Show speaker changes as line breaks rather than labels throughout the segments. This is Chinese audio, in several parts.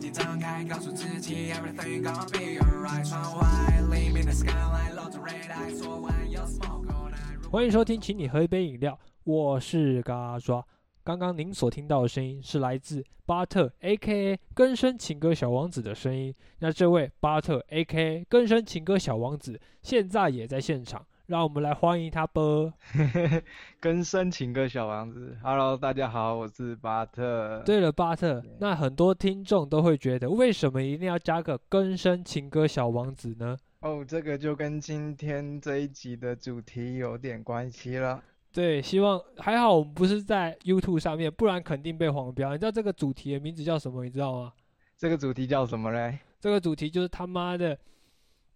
己张开，告诉自己 everything gonna be alright。窗外黎明的 skyline，露着 red eye，昨晚有 smoke all night。
欢迎收听，请你喝一杯饮料，我是嘎抓。刚刚您所听到的声音是来自巴特 （A.K.A. 根生情歌小王子）的声音。那这位巴特 （A.K.A. 根生情歌小王子）现在也在现场，让我们来欢迎他吧。
跟深情歌小王子，Hello，大家好，我是巴特。，
对了，巴特，那很多听众都会觉得，为什么一定要加个根生情歌小王子呢？
哦，这个就跟今天这一集的主题有点关系了。
对，希望还好我们不是在 YouTube 上面，不然肯定被黄标。你知道这个主题的名字叫什么？你知道吗？
这个主题叫什么嘞？
这个主题就是他妈的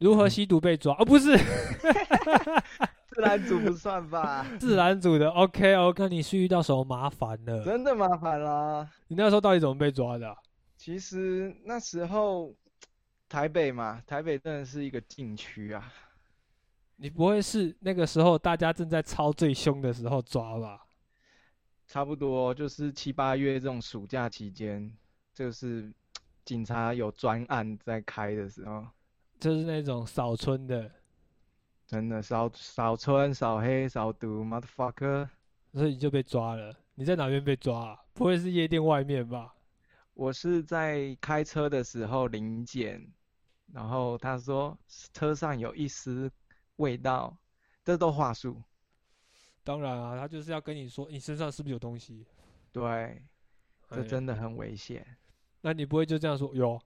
如何
嗯
吸毒被抓， 啊，不是
自然组不算吧？
自然组的。OK OK，那你是遇到什么麻烦了？
真的麻烦啦。
你那时候到底怎么被抓的啊、
其实那时候台北嘛，台北真的是一个禁区啊。
你不会是那个时候大家正在操最凶的时候抓吧？
差不多就是七八月这种暑假期间，就是警察有专案在开的时候，
就是那种扫村的，
真的扫扫村、扫黑、扫毒，motherfucker！
所以你就被抓了。你在哪边被抓、啊？不会是夜店外面吧？
我是在开车的时候临检，然后他说车上有一丝味道，这都话术。
当然啊，他就是要跟你说你身上是不是有东西。
对，这
哎
真的很危险。
那你不会就这样说有？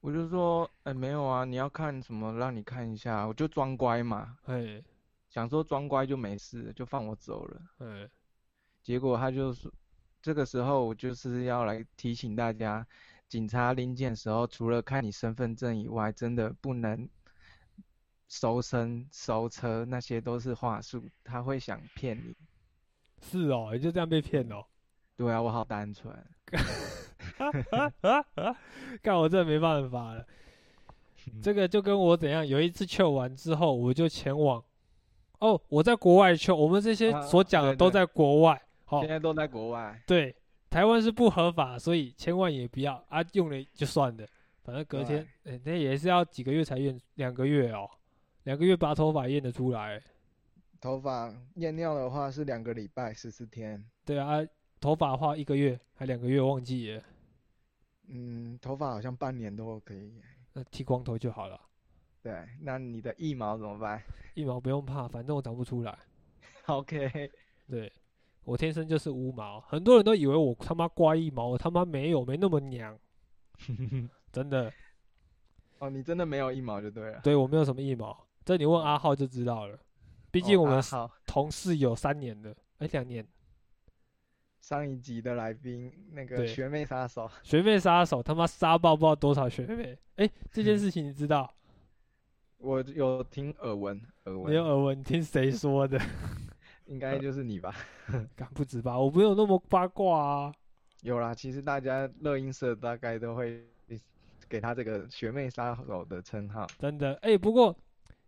我就说，哎，没有啊，你要看什么？让你看一下，我就装乖嘛，
哎
想说装乖就没事，就放我走了。
哎，
结果他就说，这个时候我就是要来提醒大家，警察临检的时候，除了看你身份证以外，真的不能搜身、搜车，那些都是话术，他会想骗你。
是哦，你就这样被骗哦。
对啊，我好单纯。
干我真的没办法了。
嗯
这个就跟我怎样，有一次去完之后，我就前往，哦，我在国外去，我们这些
啊
所讲的
对
都
对
在国外。好、
现在都在国外，
对，台湾是不合法，所以千万也不要啊，用了就算了，反正隔
对
天，哎、那也是要几个月才验，两个月哦，两个月拔头发验得出来。
头发验尿的话是两个礼拜，十四天。
对啊，头发的话一个月还两个月忘记了，
嗯，头发好像半年都可以。
那剃光头就好了，
对，那你的腋毛怎么办
一毛不用怕，反正我长不出来。
？OK，
对，我天生就是无毛，很多人都以为我他妈刮一毛，我他妈没有，没那么娘，真的，
哦，你真的没有腋毛就对了。
对我没有什么一毛，这你问阿浩就知道了。毕竟
哦
我
啊
们
好，
同事有三年的，哎、两年，
上一集的来宾那个
对
学妹杀手，
学妹杀手他妈杀爆不知道多少学妹，哎、这件事情你知道？
我有听耳闻，耳
你有
闻，
耳闻？你听谁说的？
应该就是你吧？
敢不止吧？我没有那么八卦啊。
有啦，其实大家乐音社大概都会给他这个学妹杀手的称号。
真的，哎、不过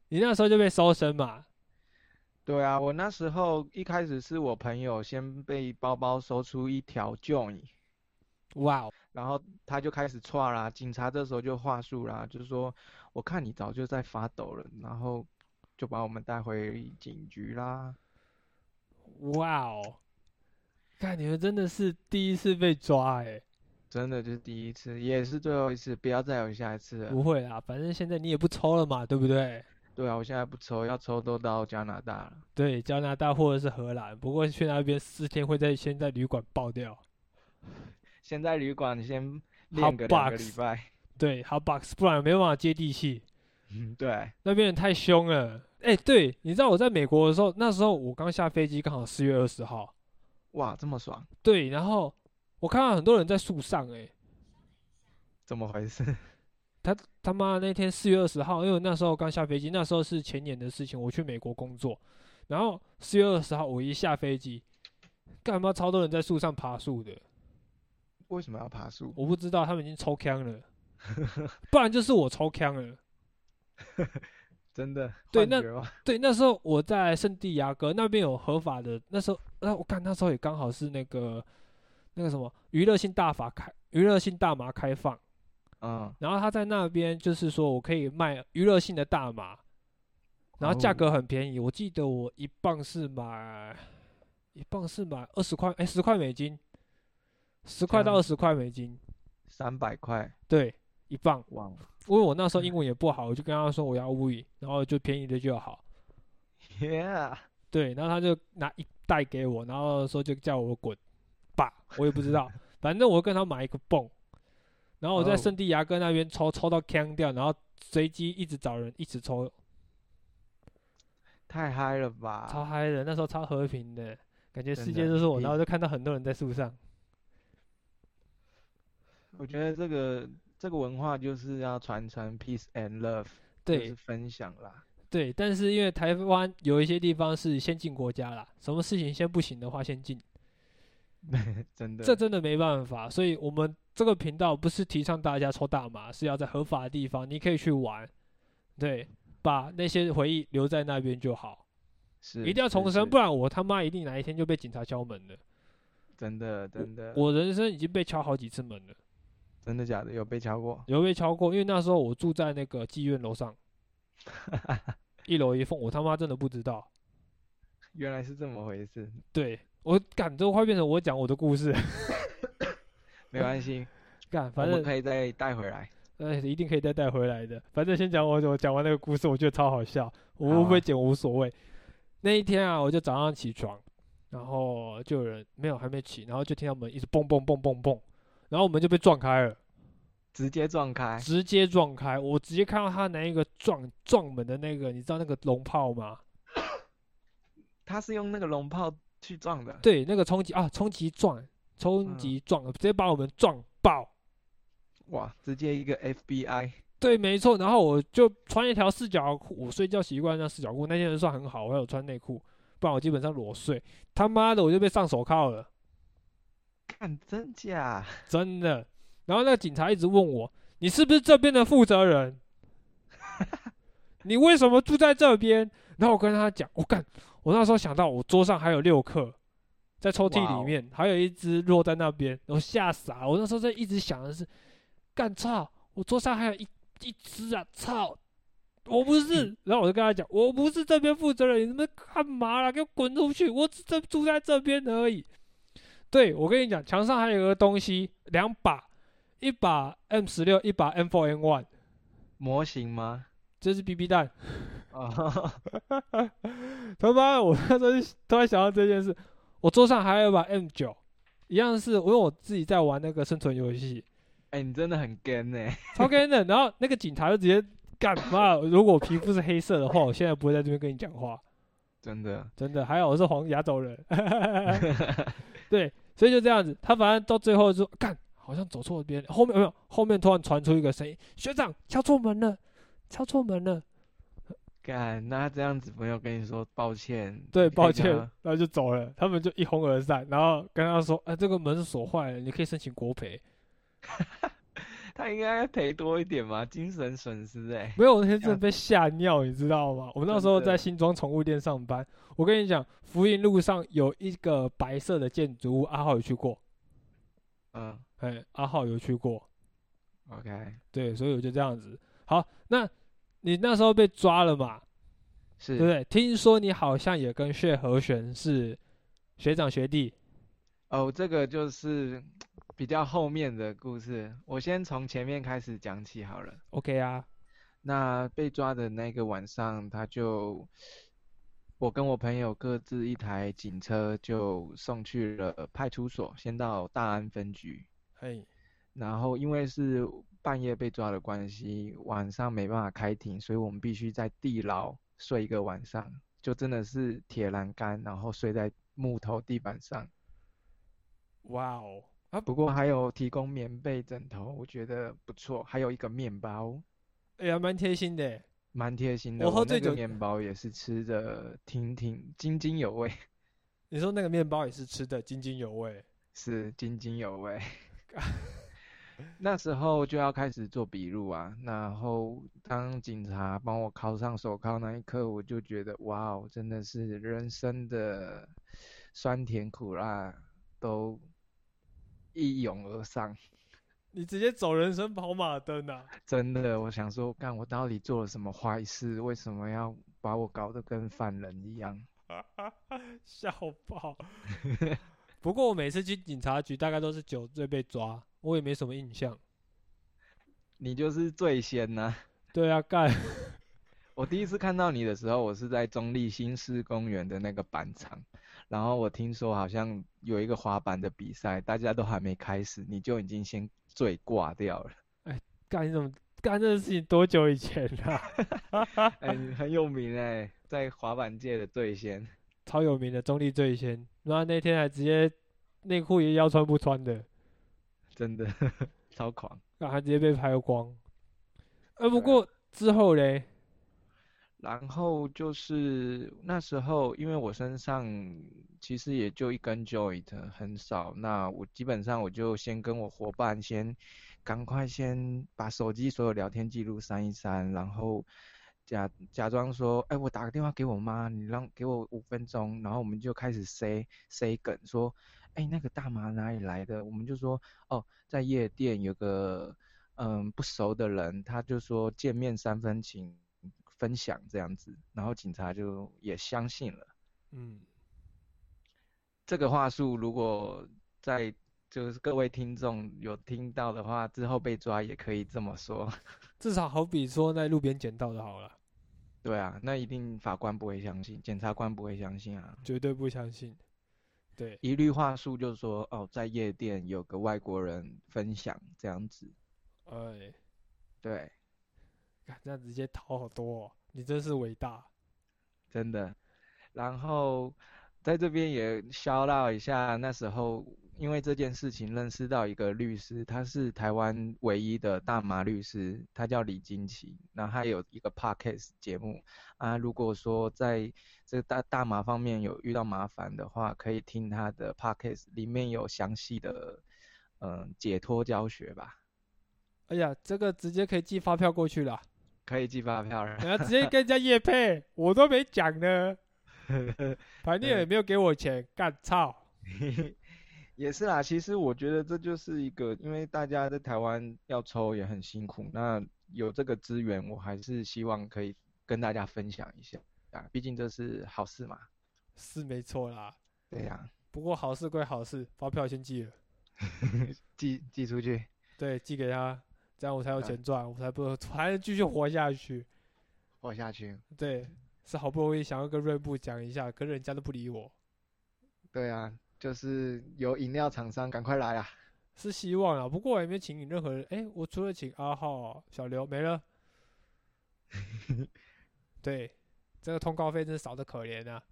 你那时候就被搜身嘛，
对啊，我那时候一开始是我朋友先被包包搜出一条 join，
哇、哦，
然后他就开始串啦，警察这时候就话术啦，就是说我看你早就在发抖了，然后就把我们带回警局啦。
哇哦！看你们真的是第一次被抓哎、
真的就是第一次，也是最后一次，不要再有下一次了。
不会啦，反正现在你也不抽了嘛，对不对？
对啊，我现在不抽，要抽都到加拿大了。
对，加拿大或者是荷兰，不过去那边四天会在先在旅馆爆掉。
先在旅馆先
Hot
练个两个
box
礼拜。
对，hot box，不然没办法接地气，
对，
那边人太凶了。哎，对，你知道我在美国的时候，那时候我刚下飞机，刚好四月二十号。
哇，这么爽，
对，然后我看到很多人在树上、哎，
怎么回事？
他他妈那天四月二十号，因为那时候刚下飞机，那时候是前年的事情，我去美国工作，然后四月二十号我一下飞机，干嘛超多人在树上爬树的，
为什么要爬树？
我不知道他们已经抽枪了，不然就是我抽枪了。
真的
对
幻
那
觉吗？
对，那时候我在圣地亚哥那边有合法的，那时候那我看那时候也刚好是那个那个什么娱乐性大法开娱乐性大麻开放，
嗯，
然后他在那边就是说我可以卖娱乐性的大麻，然后价
哦
格很便宜，我记得我一磅是买一磅是买二十块，哎，十块美金，十块
这
到
样
二十块美金，
三百块，
对，一磅。
哇，
因为我那时候英文也不好，我就跟他说我要乌语，然后就便宜的就好。
yeah，
对，然后他就拿一袋给我，然后说就叫我滚吧，我也不知 道，反正我跟他买一个泵，然后我在
哦
圣地亚哥那边抽，抽到呛掉，然后随机一直找人一直抽，
太嗨了吧，
超嗨的，那时候超和平的，感觉
啊真
世界
的
都是我，
比
然后就看到很多人在树上，
我觉得这个这个文化就是要传承 peace and love，就
对
是分享啦。
对，但是因为台湾有一些地方是先进国家啦，什么事情先不行的话先进，
真的，
这真的没办法，所以我们这个频道不是提倡大家抽大麻，是要在合法的地方，你可以去玩，对，把那些回忆留在那边就好，
是
一定要
是
重生，
是
不然我他妈一定哪一天就被警察敲门了。
真的真的，
我人生已经被敲好几次门了，
真的假的有被敲过，
有被敲过，因为那时候我住在那个妓院楼上，一楼一缝，我他妈真的不知道，
原来是这么回事，
对我感都快变成我讲我的故事，
没 关系，
干，
我
反
们
正
可以再带回来。
呃，一定可以再带回来的。反正先讲我，我讲完那个故事，我觉得超好笑，我
好
会不会
啊
剪无所谓。那一天啊，我就早上起床，然后就有人没有还没起，然后就听到门一直蹦蹦蹦蹦蹦，然后我们就被撞开了，
直接撞开，
直接撞开。我直接看到他拿一个撞撞门的那个，你知道那个龙炮吗？
他是用那个龙炮去撞的，
对，那个冲击啊，冲击撞，冲
嗯
击撞，直接把我们撞爆。
哇，直接一个 FBI，
对，没错。然后我就穿一条四角裤，我睡觉习惯那四角裤，那天人算很好，我还有穿内裤，不然我基本上裸睡。他妈的，我就被上手铐了，
看真假？
真的。然后那个警察一直问我，你是不是这边的负责人？ 你为什么住在这边？然后我跟他讲，我、干，我那时候想到我桌上还有六克，在抽
哇
屉里
哦
面还有一只落在那边，我吓傻了。我那时候在一直想的是，干操，我桌上还有一一只啊，操！我不
嗯
是，然后我就跟他讲，我不是这边负责人，你们干嘛啦？给我滚出去！我只这住在这边而已。对，我跟你讲，墙上还有个东西，两把，一把 M 十六，一把 M four N one，
模型吗？
这是 BB 弹。
哦，
他妈，我那时候就突然想到这件事，我桌上还有一把 M 九，一样是，因为我自己在玩那个生存游戏，
哎、你真的很跟呢、
超干的。然后那个警察就直接干嘛？如果我皮肤是黑色的话，我现在不会在这边跟你讲话，
真的。
真的。还有我是黄亚洲人， 对，所以就这样子。他反正到最后就干，好像走错边了，后面没有，后面突然传出一个声音，学长敲错门了，敲错门了。
干，那这样子朋友跟你说抱歉，
对，
你可以
抱歉，
跟
然后就走了，他们就一哄而散，然后跟他说：“哎，这个门锁坏了，你可以申请国赔。
他，他应该赔多一点吧，精神损失哎、”
没有，我那天真的
呀
被吓尿，你知道吗？我们那
真
时候在
的
新庄宠物店上班，我跟你讲，福音路上有一个白色的建筑物，阿浩有去过，
嗯
哎，阿浩有去过，
，OK，
对，所以我就这样子。好，那你那时候被抓了嘛？对不
是
对？听说你好像也跟谢和弦是学长学弟，
哦，这个就是比较后面的故事，我先从前面开始讲起好了。
OK 啊？
那被抓的那个晚上，他就我跟我朋友各自一台警车，就送去了派出所，先到大安分局。
嘿，
然后因为是半夜被抓的关系，晚上没办法开庭，所以我们必须在地牢睡一个晚上，就真的是铁栏杆，然后睡在木头地板上。
哇哦，啊，
不过还有提供棉被、枕头，我觉得不错，还有一个面包。
哎呀，蛮贴心的欸。
蛮贴心的。
我
我
喝醉
那个
酒
面包也是吃的挺挺津津有味，
你说那个面包也是吃的津津有味，
是津津有味。那时候就要开始做笔录啊，然后当警察帮我铐上手铐那一刻，我就觉得哇哦，真的是人生的酸甜苦辣都一涌而上。
你直接走人生跑马灯啊！
真的，我想说，干我到底做了什么坏事？为什么要把我搞得跟犯人一样？
笑爆！不过我每次去警察局，大概都是酒醉被抓，我也没什么印象。
你就是最先呐、
对啊，干，
我第一次看到你的时候，我是在中立新市公园的那个板场，然后我听说好像有一个滑板的比赛，大家都还没开始，你就已经先醉挂掉了。
干你怎么干这个事情多久以前啊？
哎、你很有名哎、在滑板界的最先。
超有名的中立最先，然后那天还直接内裤也要穿不穿的，
真的 超狂。
然后还直接被拍光。呃，
对
不
啊
过之后嘞，
然后就是那时候，因为我身上其实也就一根 joint，很少。那我基本上我就先跟我伙伴先，赶快先把手机所有聊天记录删一删，然后假假装说，哎，我打个电话给我妈，你让给我五分钟，然后我们就开始塞塞梗，说，哎，那个大麻哪里来的？我们就说，哦，在夜店有个嗯不熟的人，他就说见面三分情。分享这样子，然后警察就也相信了。
嗯，
这个话术如果在就是各位听众有听到的话，之后被抓也可以这么说。
至少好比说在路边捡到的好了，
对啊，那一定法官不会相信，检察官不会相信啊。
绝对不相信。对，
一律话术就是说，哦，在夜店有个外国人分享这样子。
哎，
对，
干这样直接逃好多、哦，你真是伟大。
真的。然后在这边也 shout out 一下，那时候因为这件事情认识到一个律师，他是台湾唯一的大麻律师，他叫李金奇，那他有一个 podcast 节目啊。如果说在这个大大麻方面有遇到麻烦的话，可以听他的 podcast，里面有详细的嗯、呃解脱教学吧，
哎呀，这个直接可以寄发票过去了，
可以寄发票了。
然后直接跟人家叶配，我都没讲呢，反正也没有给我钱，干操！
也是啦，其实我觉得这就是一个，因为大家在台湾要抽也很辛苦，那有这个资源，我还是希望可以跟大家分享一下啊，毕竟这是好事嘛。
是没错啦，
对啊呀、
不过好事归好事，发票先寄了，
寄寄出去，
对，寄给他，这样我才有
啊
钱赚，我才不还能继续活下去。
活下去。
对，是好不容易想要跟瑞布讲一下，可是人家都不理我，
对啊，就是有饮料厂商赶快来啊！
是希望啦。不过我也没请你任何人，哎，我除了请阿浩、小刘没 了。对，这个通告费真是少的可怜啊！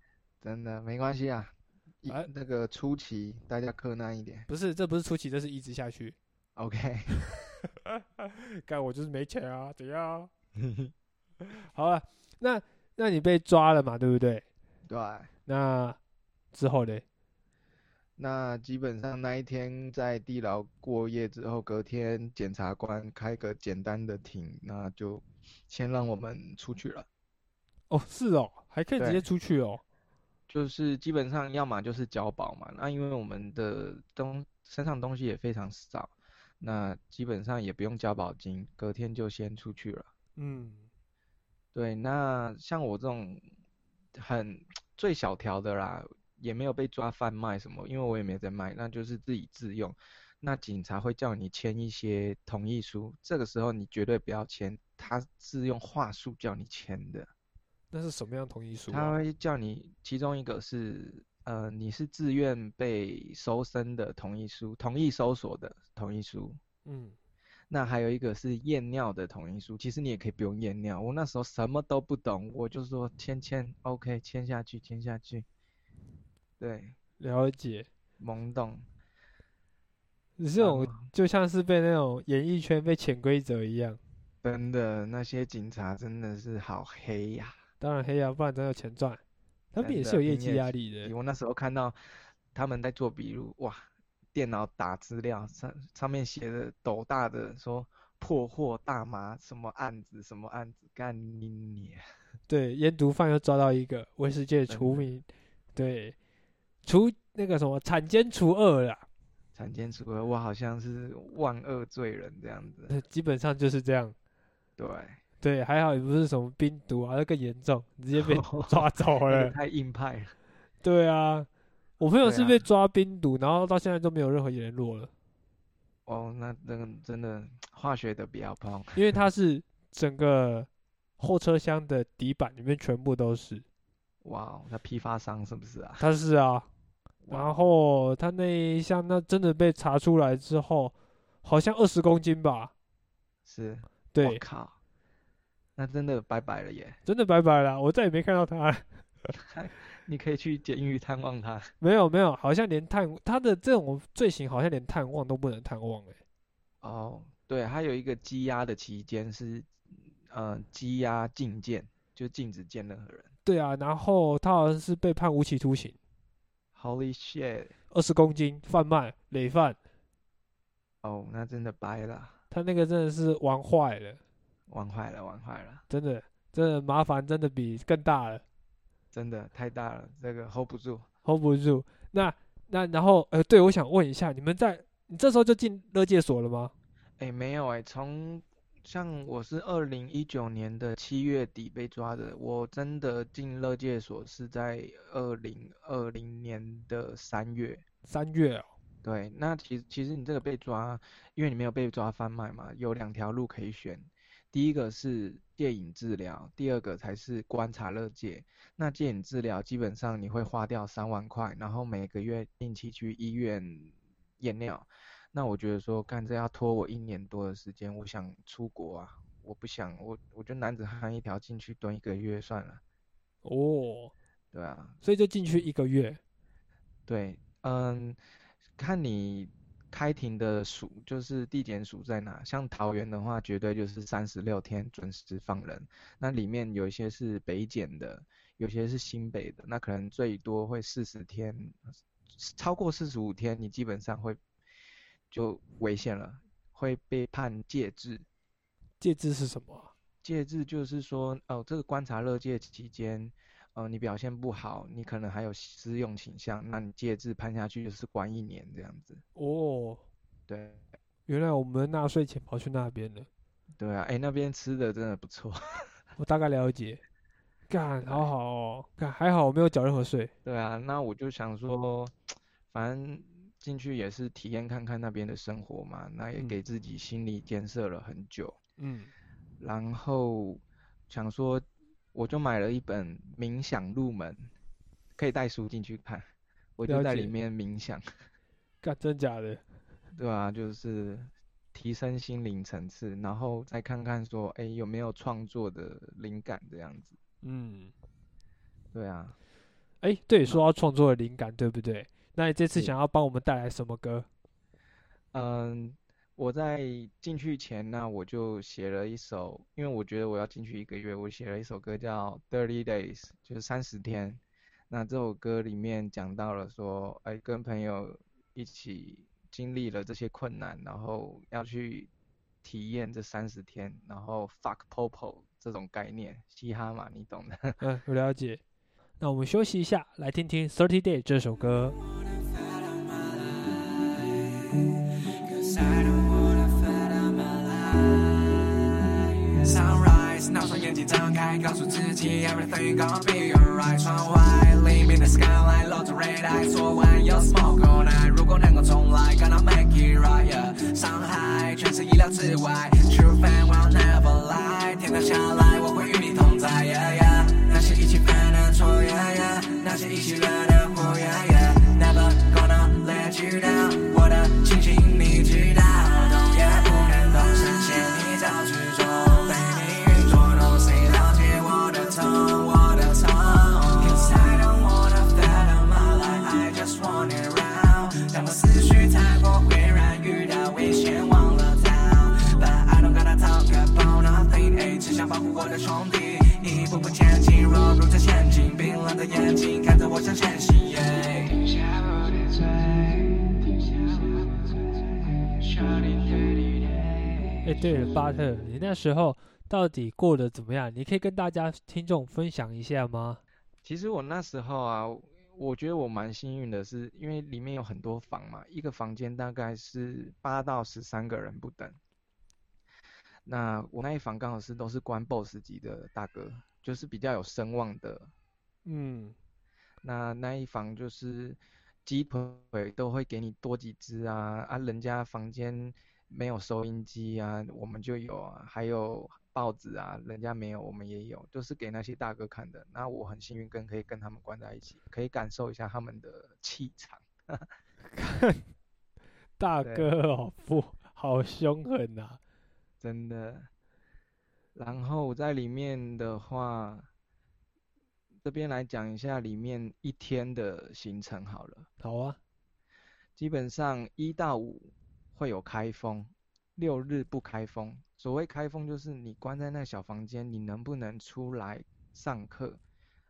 真的没关系啊，一
哎
那个初期大家克难一点
不是，这不是初期，这是一直下去。
，OK。
干我就是没钱啊，怎样？ 好了，那那你被抓了嘛，对不对？
对，
那之后嘞，
那基本上那一天在地牢过夜之后，隔天检察官开个简单的庭，那就先让我们出去了。
哦，是哦，还可以直
对
接出去哦。
就是基本上要么就是交保嘛，那因为我们的东身上东西也非常少，那基本上也不用交保金，隔天就先出去了。
嗯，
对，那像我这种很最小条的啦，也没有被抓贩卖什么，因为我也没在卖，那就是自己自用。那警察会叫你签一些同意书，这个时候你绝对不要签，他是用话术叫你签的，
那是什么样的同意书、
他
啊？
会叫你其中一个是呃你是自愿被搜身的同意书，同意搜索的同意书，
嗯，
那还有一个是验尿的同意书，其实你也可以不用验尿。我那时候什么都不懂，我就说签签，OK，签下去，签下去。对，
了解。
懵懂。
你这种
然后
就像是被那种演艺圈被潜规则一样，
真的那些警察真的是好黑呀、
当然黑啊，不然咱有钱赚。他们
真
也
的
是有啊业
凭
绩
业
压
绩
力的，
我那时候看到他们在做笔录，哇，电脑打资料上上面写的斗大的说破获大麻什么案子什么案子，干你你。
对，烟毒贩又抓到一个，威世界
真
除
的
名，对，除那个什么铲奸除恶啦。
产前处罚，我好像是万恶罪人这样子。
呃基本上就是这样。
对，
对，还好也不是什么冰毒啊，那更严重，直接 被抓走
那个
了。
哦太硬派了。
对啊，我朋友
对
是
啊
被抓冰毒，然后到现在都没有任何联络了，
哦，那那个真的化学的不要碰。
因为他是整个后车厢的底板里面全部都是，
哇哦，那批发商是不是啊？
他是啊，
哇哦
然后他那一项那真的被查出来之后，好像二十公斤吧，
是，我
对，
靠，那真的拜拜了耶！
真的拜拜了，我再也没看到他 了。
你可以去监狱探望他。
没有没有，好像连探他的这种罪行，好像连探望都不能探望哎、
哦，对，还有一个羁押的期间是，呃，羁押禁见，就禁止见任何人。
对啊，然后他好像是被判无期徒刑，
Holy shit！
二十公斤贩卖累犯，
哦，那真的掰了，
他那个真的是玩坏了，
玩坏了，玩坏了，
真的真的麻烦真的比更大了
真的太大了，这个 hold 不住。
，hold 不住。那那然后呃，对，我想问一下，你们在你这时候就进乐界所了吗？
哎，没有哎，从像我是二零一九年的七月底被抓的，我真的进乐戒所是在二零二零年的三月。
三月哦，
对，那其实其实你这个被抓，因为你没有被抓贩卖嘛，有两条路可以选，第一个是戒瘾治疗，第二个才是观察乐戒。那戒瘾治疗基本上你会花掉三万块，然后每个月定期去医院验尿。那我觉得说，干这要拖我一年多的时间，我想出国啊，我不想，我我就男子汉一条进去蹲一个月算了，
哦，
对啊。
所以就进去一个月，
对，嗯，看你开庭的署，就是地检署在哪。像桃园的话，绝对就是三十六天准时放人。那里面有一些是北检的，有些是新北的，那可能最多会四十天，超过四十五天，你基本上会就违宪了，会被判戒治。
戒指是什么啊？
戒治就是说，哦，这个观察乐戒期间，呃，你表现不好，你可能还有私用倾向，那你戒治判下去就是关一年这样子。
哦，
对，
原来我们纳税钱跑去那边了，
对啊，哎，那边吃的真的不错。
我大概了解。干，好好哦，干还好我没有缴任何税。
对啊，那我就想说，反正进去也是体验看看那边的生活嘛，那也
嗯
给自己心理建设了很久。
嗯，
然后想说，我就买了一本冥想入门，可以带书进去看，我就
了
在
解
里面冥想。
干真假的？
对啊，就是提升心灵层次，然后再看看说，哎，有没有创作的灵感这样子。
嗯，
对啊，
哎，对，说到创作的灵感，对不对？那你这次
是
想要帮我们带来什么 歌？
嗯，我在进去前呢，我就写了一首，因为我觉得我要进去一个月，我写了一首歌叫《Thirty Days》，就是三十天。那这首歌里面讲到了说，哎，跟朋友一起经历了这些困难，然后要去体验这三十天，然后 fuck popo 这种概念，嘻哈嘛，你懂的。
嗯，我了解。那我们休息一下，来听听《Thirty Day》这首歌。
Cause I don't wanna fight on my life. Sunrise，闹钟眼睛张开，告诉自己 everything gonna be alright。窗外黎明的 skyline，露着 red eye，昨晚有 smoke all night。如果能够重来，gonna make it right、yeah。伤害全是意料之外，true fan will never lie。天塌下来，我会与你同在。Yeah, Ah, yeah 那些一起犯的错，yeah, yeah 那些一起惹的祸，yeah, yeah Never gonna let you down，我的清醒你知道，动也不能动，深陷泥沼之中，被命运捉弄，谁了解我的痛，我的痛？Cause I don't wanna fathom my life，I just want it round。当我思绪太过灰然，遇到危险忘了 down。But I don't gotta talk about nothing，哎，只想保护我的兄弟，一步步前进，落入这陷阱，冰冷的眼睛看着我像前行。耶停下我的嘴，停下我的嘴，Shawty dirty day。
哎，对了，巴特，你那时候到底过得怎么样？你可以跟大家听众分享一下吗？
其实我那时候啊，我觉得我蛮幸运的是，因为里面有很多房嘛，一个房间大概是八到十三个人不等。那我那一房刚好是都是关 BOSS 级的大哥，就是比较有声望的。
嗯，
那那一房就是鸡腿都会给你多几只啊啊，人家房间没有收音机啊，我们就有啊，还有报纸啊，人家没有我们也有，就是给那些大哥看的。那我很幸运跟可以跟他们关在一起，可以感受一下他们的气场。
大
对
哥哦， 不，好凶狠呐、
真的。然后在里面的话，这边来讲一下里面一天的行程好了。
好啊，
基本上一到五会有开封，六日不开封。所谓开封，就是你关在那小房间，你能不能出来上课？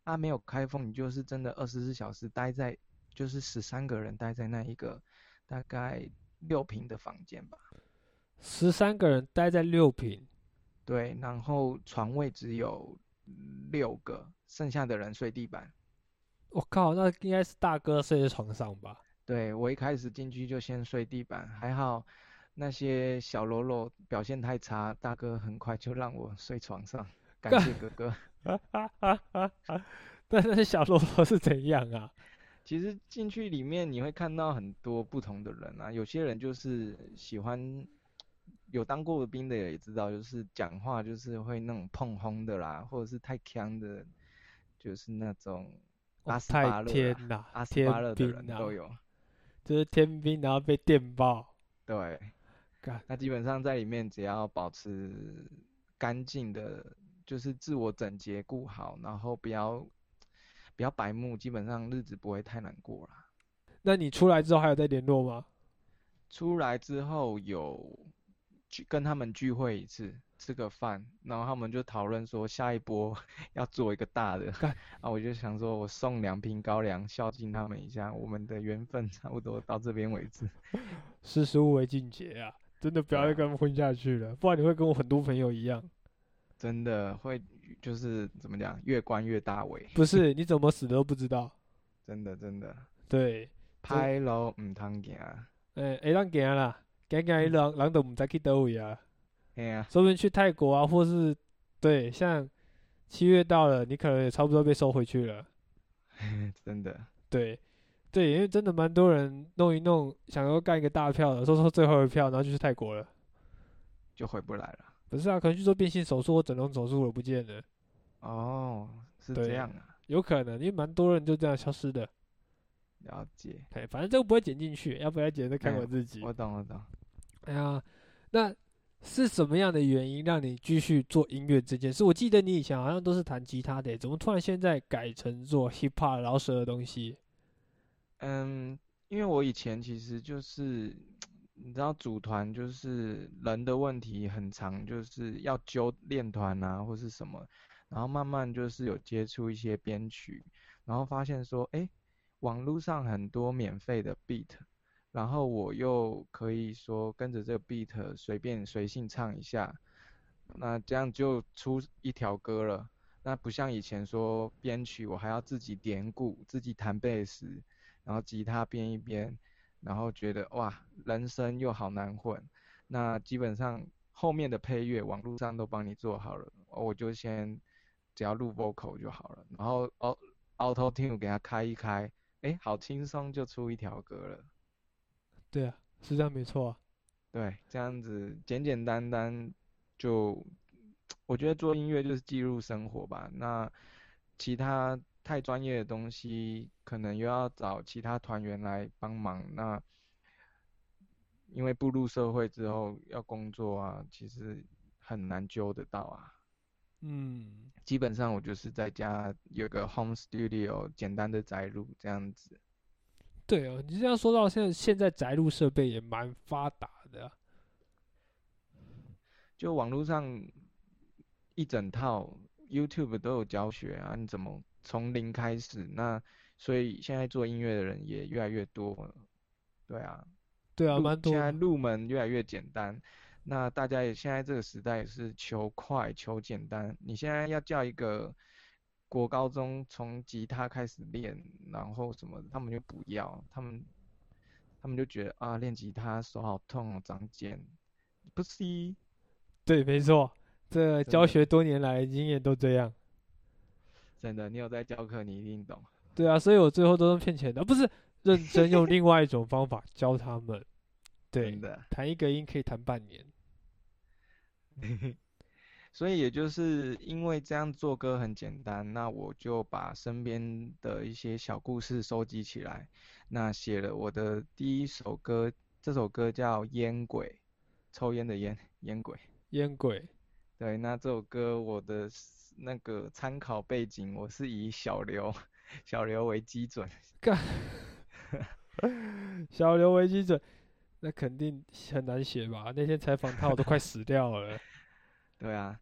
啊，没有开封，你就是真的二十四小时待在，就是十三个人待在那一个大概六平的房间吧。
十三个人待在六平，
对，然后床位只有六个，剩下的人睡地板。
我靠，那应该是大哥睡在床上吧？
对，我一开始进去就先睡地板，还好那些小喽啰表现太差，大哥很快就让我睡床上，感谢哥哥。
但那些小喽啰是怎样啊？
其实进去里面你会看到很多不同的人啊，有些人就是喜欢，有当过兵的也知道，就是讲话就是会那种碰轰的啦，或者是太呛的，就是那种
哦
阿斯巴
太
勒啊
天呐、
阿斯
天
巴勒的
兵
人
啊，
都有。
就是天兵，然后被电爆，
对
干，
那基本上在里面只要保持干净的，就是自我整洁顾好，然后不要不要白目，基本上日子不会太难过啦。
那你出来之后还有在联络吗？
出来之后有聚跟他们聚会一次，吃个饭，然后他们就讨论说下一波 要做一个大的
干，
啊，我就想说我送两瓶高粱孝敬他们一下，我们的缘分差不多到这边为止。
识时务为俊杰啊！真的不要
对
再
啊
跟他们混下去了，不然你会跟我很多朋友一样。
真的会就是怎么讲，越关越大尾，
不是，你怎么死的都不知道。
真的真的。
对，
拍楼唔通行，啊
诶、呃会当行啦，行行伊人人都毋知去倒位啊，
哎呀、
说不定去泰国啊，或是对，像七月到了，你可能也差不多被收回去了。
真的，
对，对，因为真的蛮多人弄一弄，想要干一个大票的，收收最后一票，然后就去泰国了。
就回不来了。
不是啊，可能去做变性手术或整容手术了，不见了，
哦，是
对
这样啊，
有可能，因为蛮多人就这样消失的。
了解，
哎，反正这个不会剪进去，要不然剪再看
哎
我自己。
我懂我懂。
哎呀，那是什么样的原因让你继续做音乐这件事？我记得你以前好像都是弹吉他的耶，怎么突然现在改成做 hip hop 饶舌的东西？
嗯，因为我以前其实就是，你知道组团就是人的问题很长，就是要揪练团啊或是什么，然后慢慢就是有接触一些编曲，然后发现说，哎，网络上很多免费的 beat，然后我又可以说跟着这个 beat 随便随性唱一下，那这样就出一条歌了。那不像以前说编曲，我还要自己点鼓，自己弹贝斯，然后吉他编一编，然后觉得哇，人生又好难混。那基本上后面的配乐网络上都帮你做好了，哦我就先只要录 vocal 就好了，然后哦 Auto Tune 给它开一开，哎，好轻松就出一条歌了。
对啊，是这样没错啊。
对，这样子简简单单就，我觉得做音乐就是记录生活吧。那其他太专业的东西，可能又要找其他团员来帮忙。那因为步入社会之后要工作啊，其实很难揪得到啊。
嗯，
基本上我就是在家有个 home studio，简单的摘录这样子。
对哦，你这样说到现在，现在宅录设备也蛮发达的啊、
就网络上一整套 YouTube 都有教学啊，你怎么从零开始？那所以现在做音乐的人也越来越多了，对啊，
对啊，
入
蛮多
现在
的。
入门越来越简单。那大家也现在这个时代也是求快求简单，你现在要叫一个国高中从吉他开始练，然后什么的，他们就不要，他们他们就觉得啊，练吉他手好痛哦，长茧，不是一
对，没错，这
的
教学多年来经验都这样。
真的，你有在教课，你一定懂。
对啊，所以我最后都是骗钱的，啊不是认真用另外一种方法教他们。对
真，的，
弹一个音可以弹半年。
所以也就是因为这样做歌很简单，那我就把身边的一些小故事收集起来，那写了我的第一首歌，这首歌叫《烟鬼》，抽烟的烟，烟鬼。
烟鬼，
对，那这首歌我的 s- 那个参考背景，我是以小刘小刘为基准。
小刘维基准，那肯定很难写吧？那天采访他，我都快死掉了。
对啊，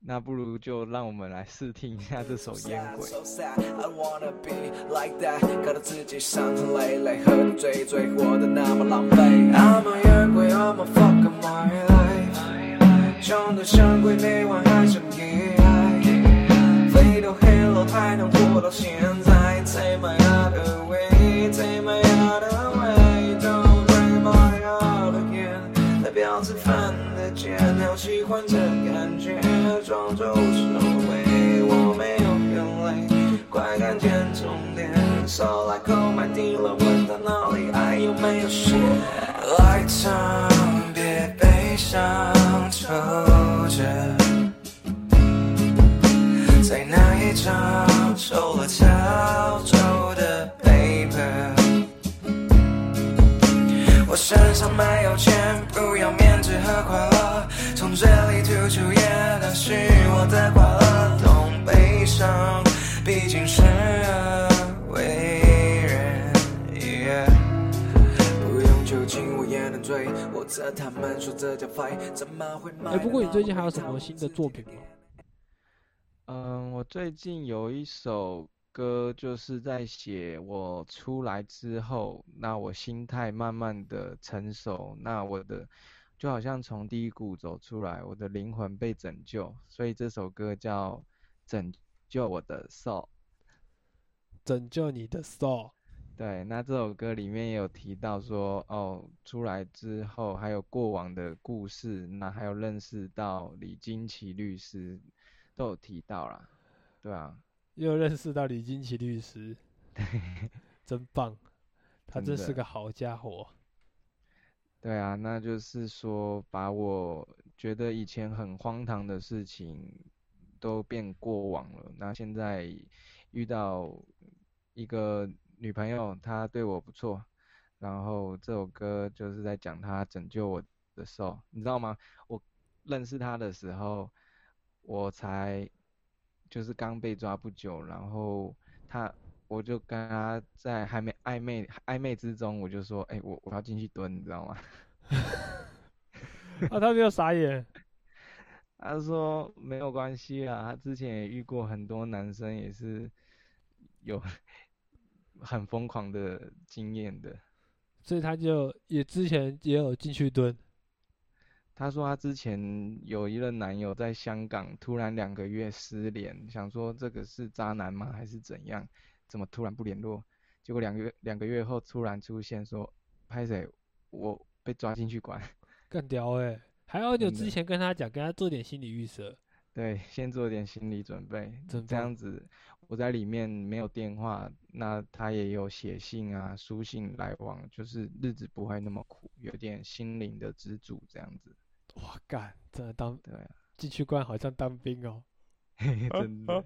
那不如就让我们来试听一下这首《烟
sad,
鬼》。
So sad, I don't wanna be like that，搞得自己伤痕累累，喝得醉醉，活得那么狼狈。I'm a 烟鬼，I'm a fucking my life，穷得像鬼，每晚还想依赖，飞到黑了还能活到现在。Take my heart away, take my heart away, don't break my heart again。代表吃饭的钱，好喜欢这感觉，装作无所谓。我没有眼泪，快看见终点。手来购买地了，问到哪里，爱有没有线？来唱，别悲伤，抽着，在那一
哎
张抽了潮州的 paper。我身上没有钱，不要面子和快乐，从这里吐出烟，那是我的快乐。懂悲伤，毕竟生而为人。Yeah 不用酒精我也能醉，我这他们说这叫废，怎么会卖
哎、
得
不过你最近还有
到
什么新的作品吗？
嗯，我最近有一首歌，就是在写我出来之后，那我心态慢慢的成熟，那我的就好像从低谷走出来，我的灵魂被拯救，所以这首歌叫《拯救我的 soul》。
拯救你的 soul，
对，那这首歌里面也有提到说，哦，出来之后还有过往的故事，那还有认识到李金奇律师，都有提到啦。对啊，
又认识到李金奇律 师，真棒，他真
真
是
的啊
个好家伙。
对啊，那就是说把我觉得以前很荒唐的事情都变过往了。那现在遇到一个女朋友，她对我不错，然后这首歌就是在讲她拯救我的时候，你知道吗？我认识她的时候，我才就是刚被抓不久，然后她。我就跟她在还没暧昧暧昧之中，我就说，哎、我我要进去蹲，你知道吗？
啊，他没有傻眼，
他说没有关系啦，他之前也遇过很多男生也是有很疯狂的经验的。
所以他就也之前也有进去蹲，
他说他之前有一任男友在香港突然两个月失联，想说这个是渣男吗还是怎样？怎么突然不联络？结果两个月两个月后突然出现说，拍谁？我被抓进去关。
干屌哎、还好有
真的
之前跟他讲，跟他做点心理预设，
对，先做点心理准备，
真
这
棒
样子我在里面没有电话，那他也有写信啊、书信来往，就是日子不会那么苦，有点心灵的支柱这样子。
哇干，真的当
对 啊，
进去关好像当兵哦。
嘿嘿 真的，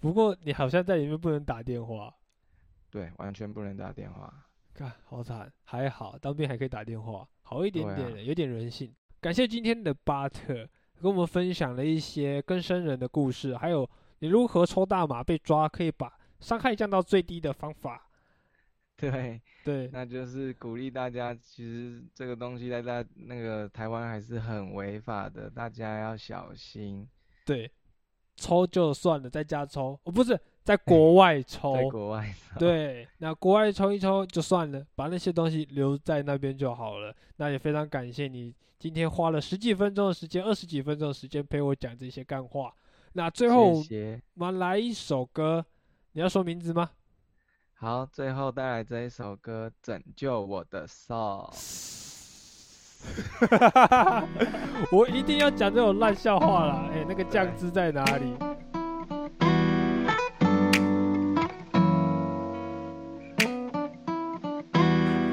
不过你好像在里面不能打电话，
对，完全不能打电话。
看，好惨，还好当兵还可以打电话，好一点
对
点
啊
了，有点人性。感谢今天的巴特跟我们分享了一些跟生人的故事，还有你如何抽大麻被抓，可以把伤害降到最低的方法。
对，
对，
那就是鼓励大家，其实这个东西在在那个台湾还是很违法的，大家要小心。
对，抽就算了，在家抽，哦，不是在国外抽
在。国外的话，
对，那国外抽一抽就算了，把那些东西留在那边就好了。那也非常感谢你今天花了十几分钟的时间，二十几分钟的时间陪我讲这些干话。那最后
谢谢。
我们来一首歌，你要说名字 吗？
好，最后带来这一首歌《拯救我的 soul》。
我一定要讲这种烂笑话啦！哎、那个酱汁在哪里？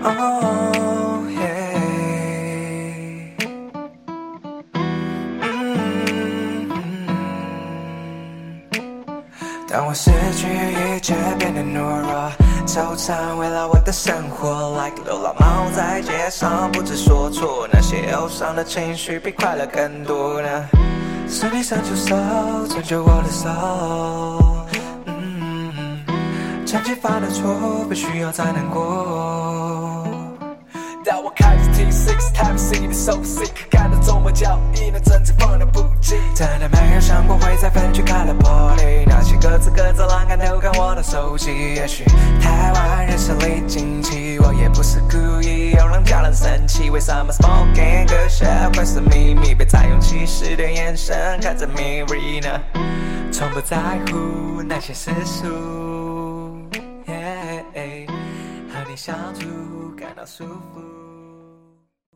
Oh yeah. Mm-hmm. 当我失去一切，变得懦弱，惆怅围绕我的生活，like 流浪猫在街上，不知所措。那些忧伤的情绪比快乐更多呢。是你伸出手，拯救我的手。嗯，曾经犯的错，不需要再难过。当我开始听 Six Times C 的 So Sick，看到周末交易那阵子放的不羁，真的没有想过会在分区开了 party，那些各自各自栏杆都看我的手机。也许台湾人生历经期，我也不是故意要让家人生气。为什么 smoking 歌社会是秘密？别再用歧视的眼神看着 Miri 呢，从不在乎那些世俗。耶和你相处感到舒服。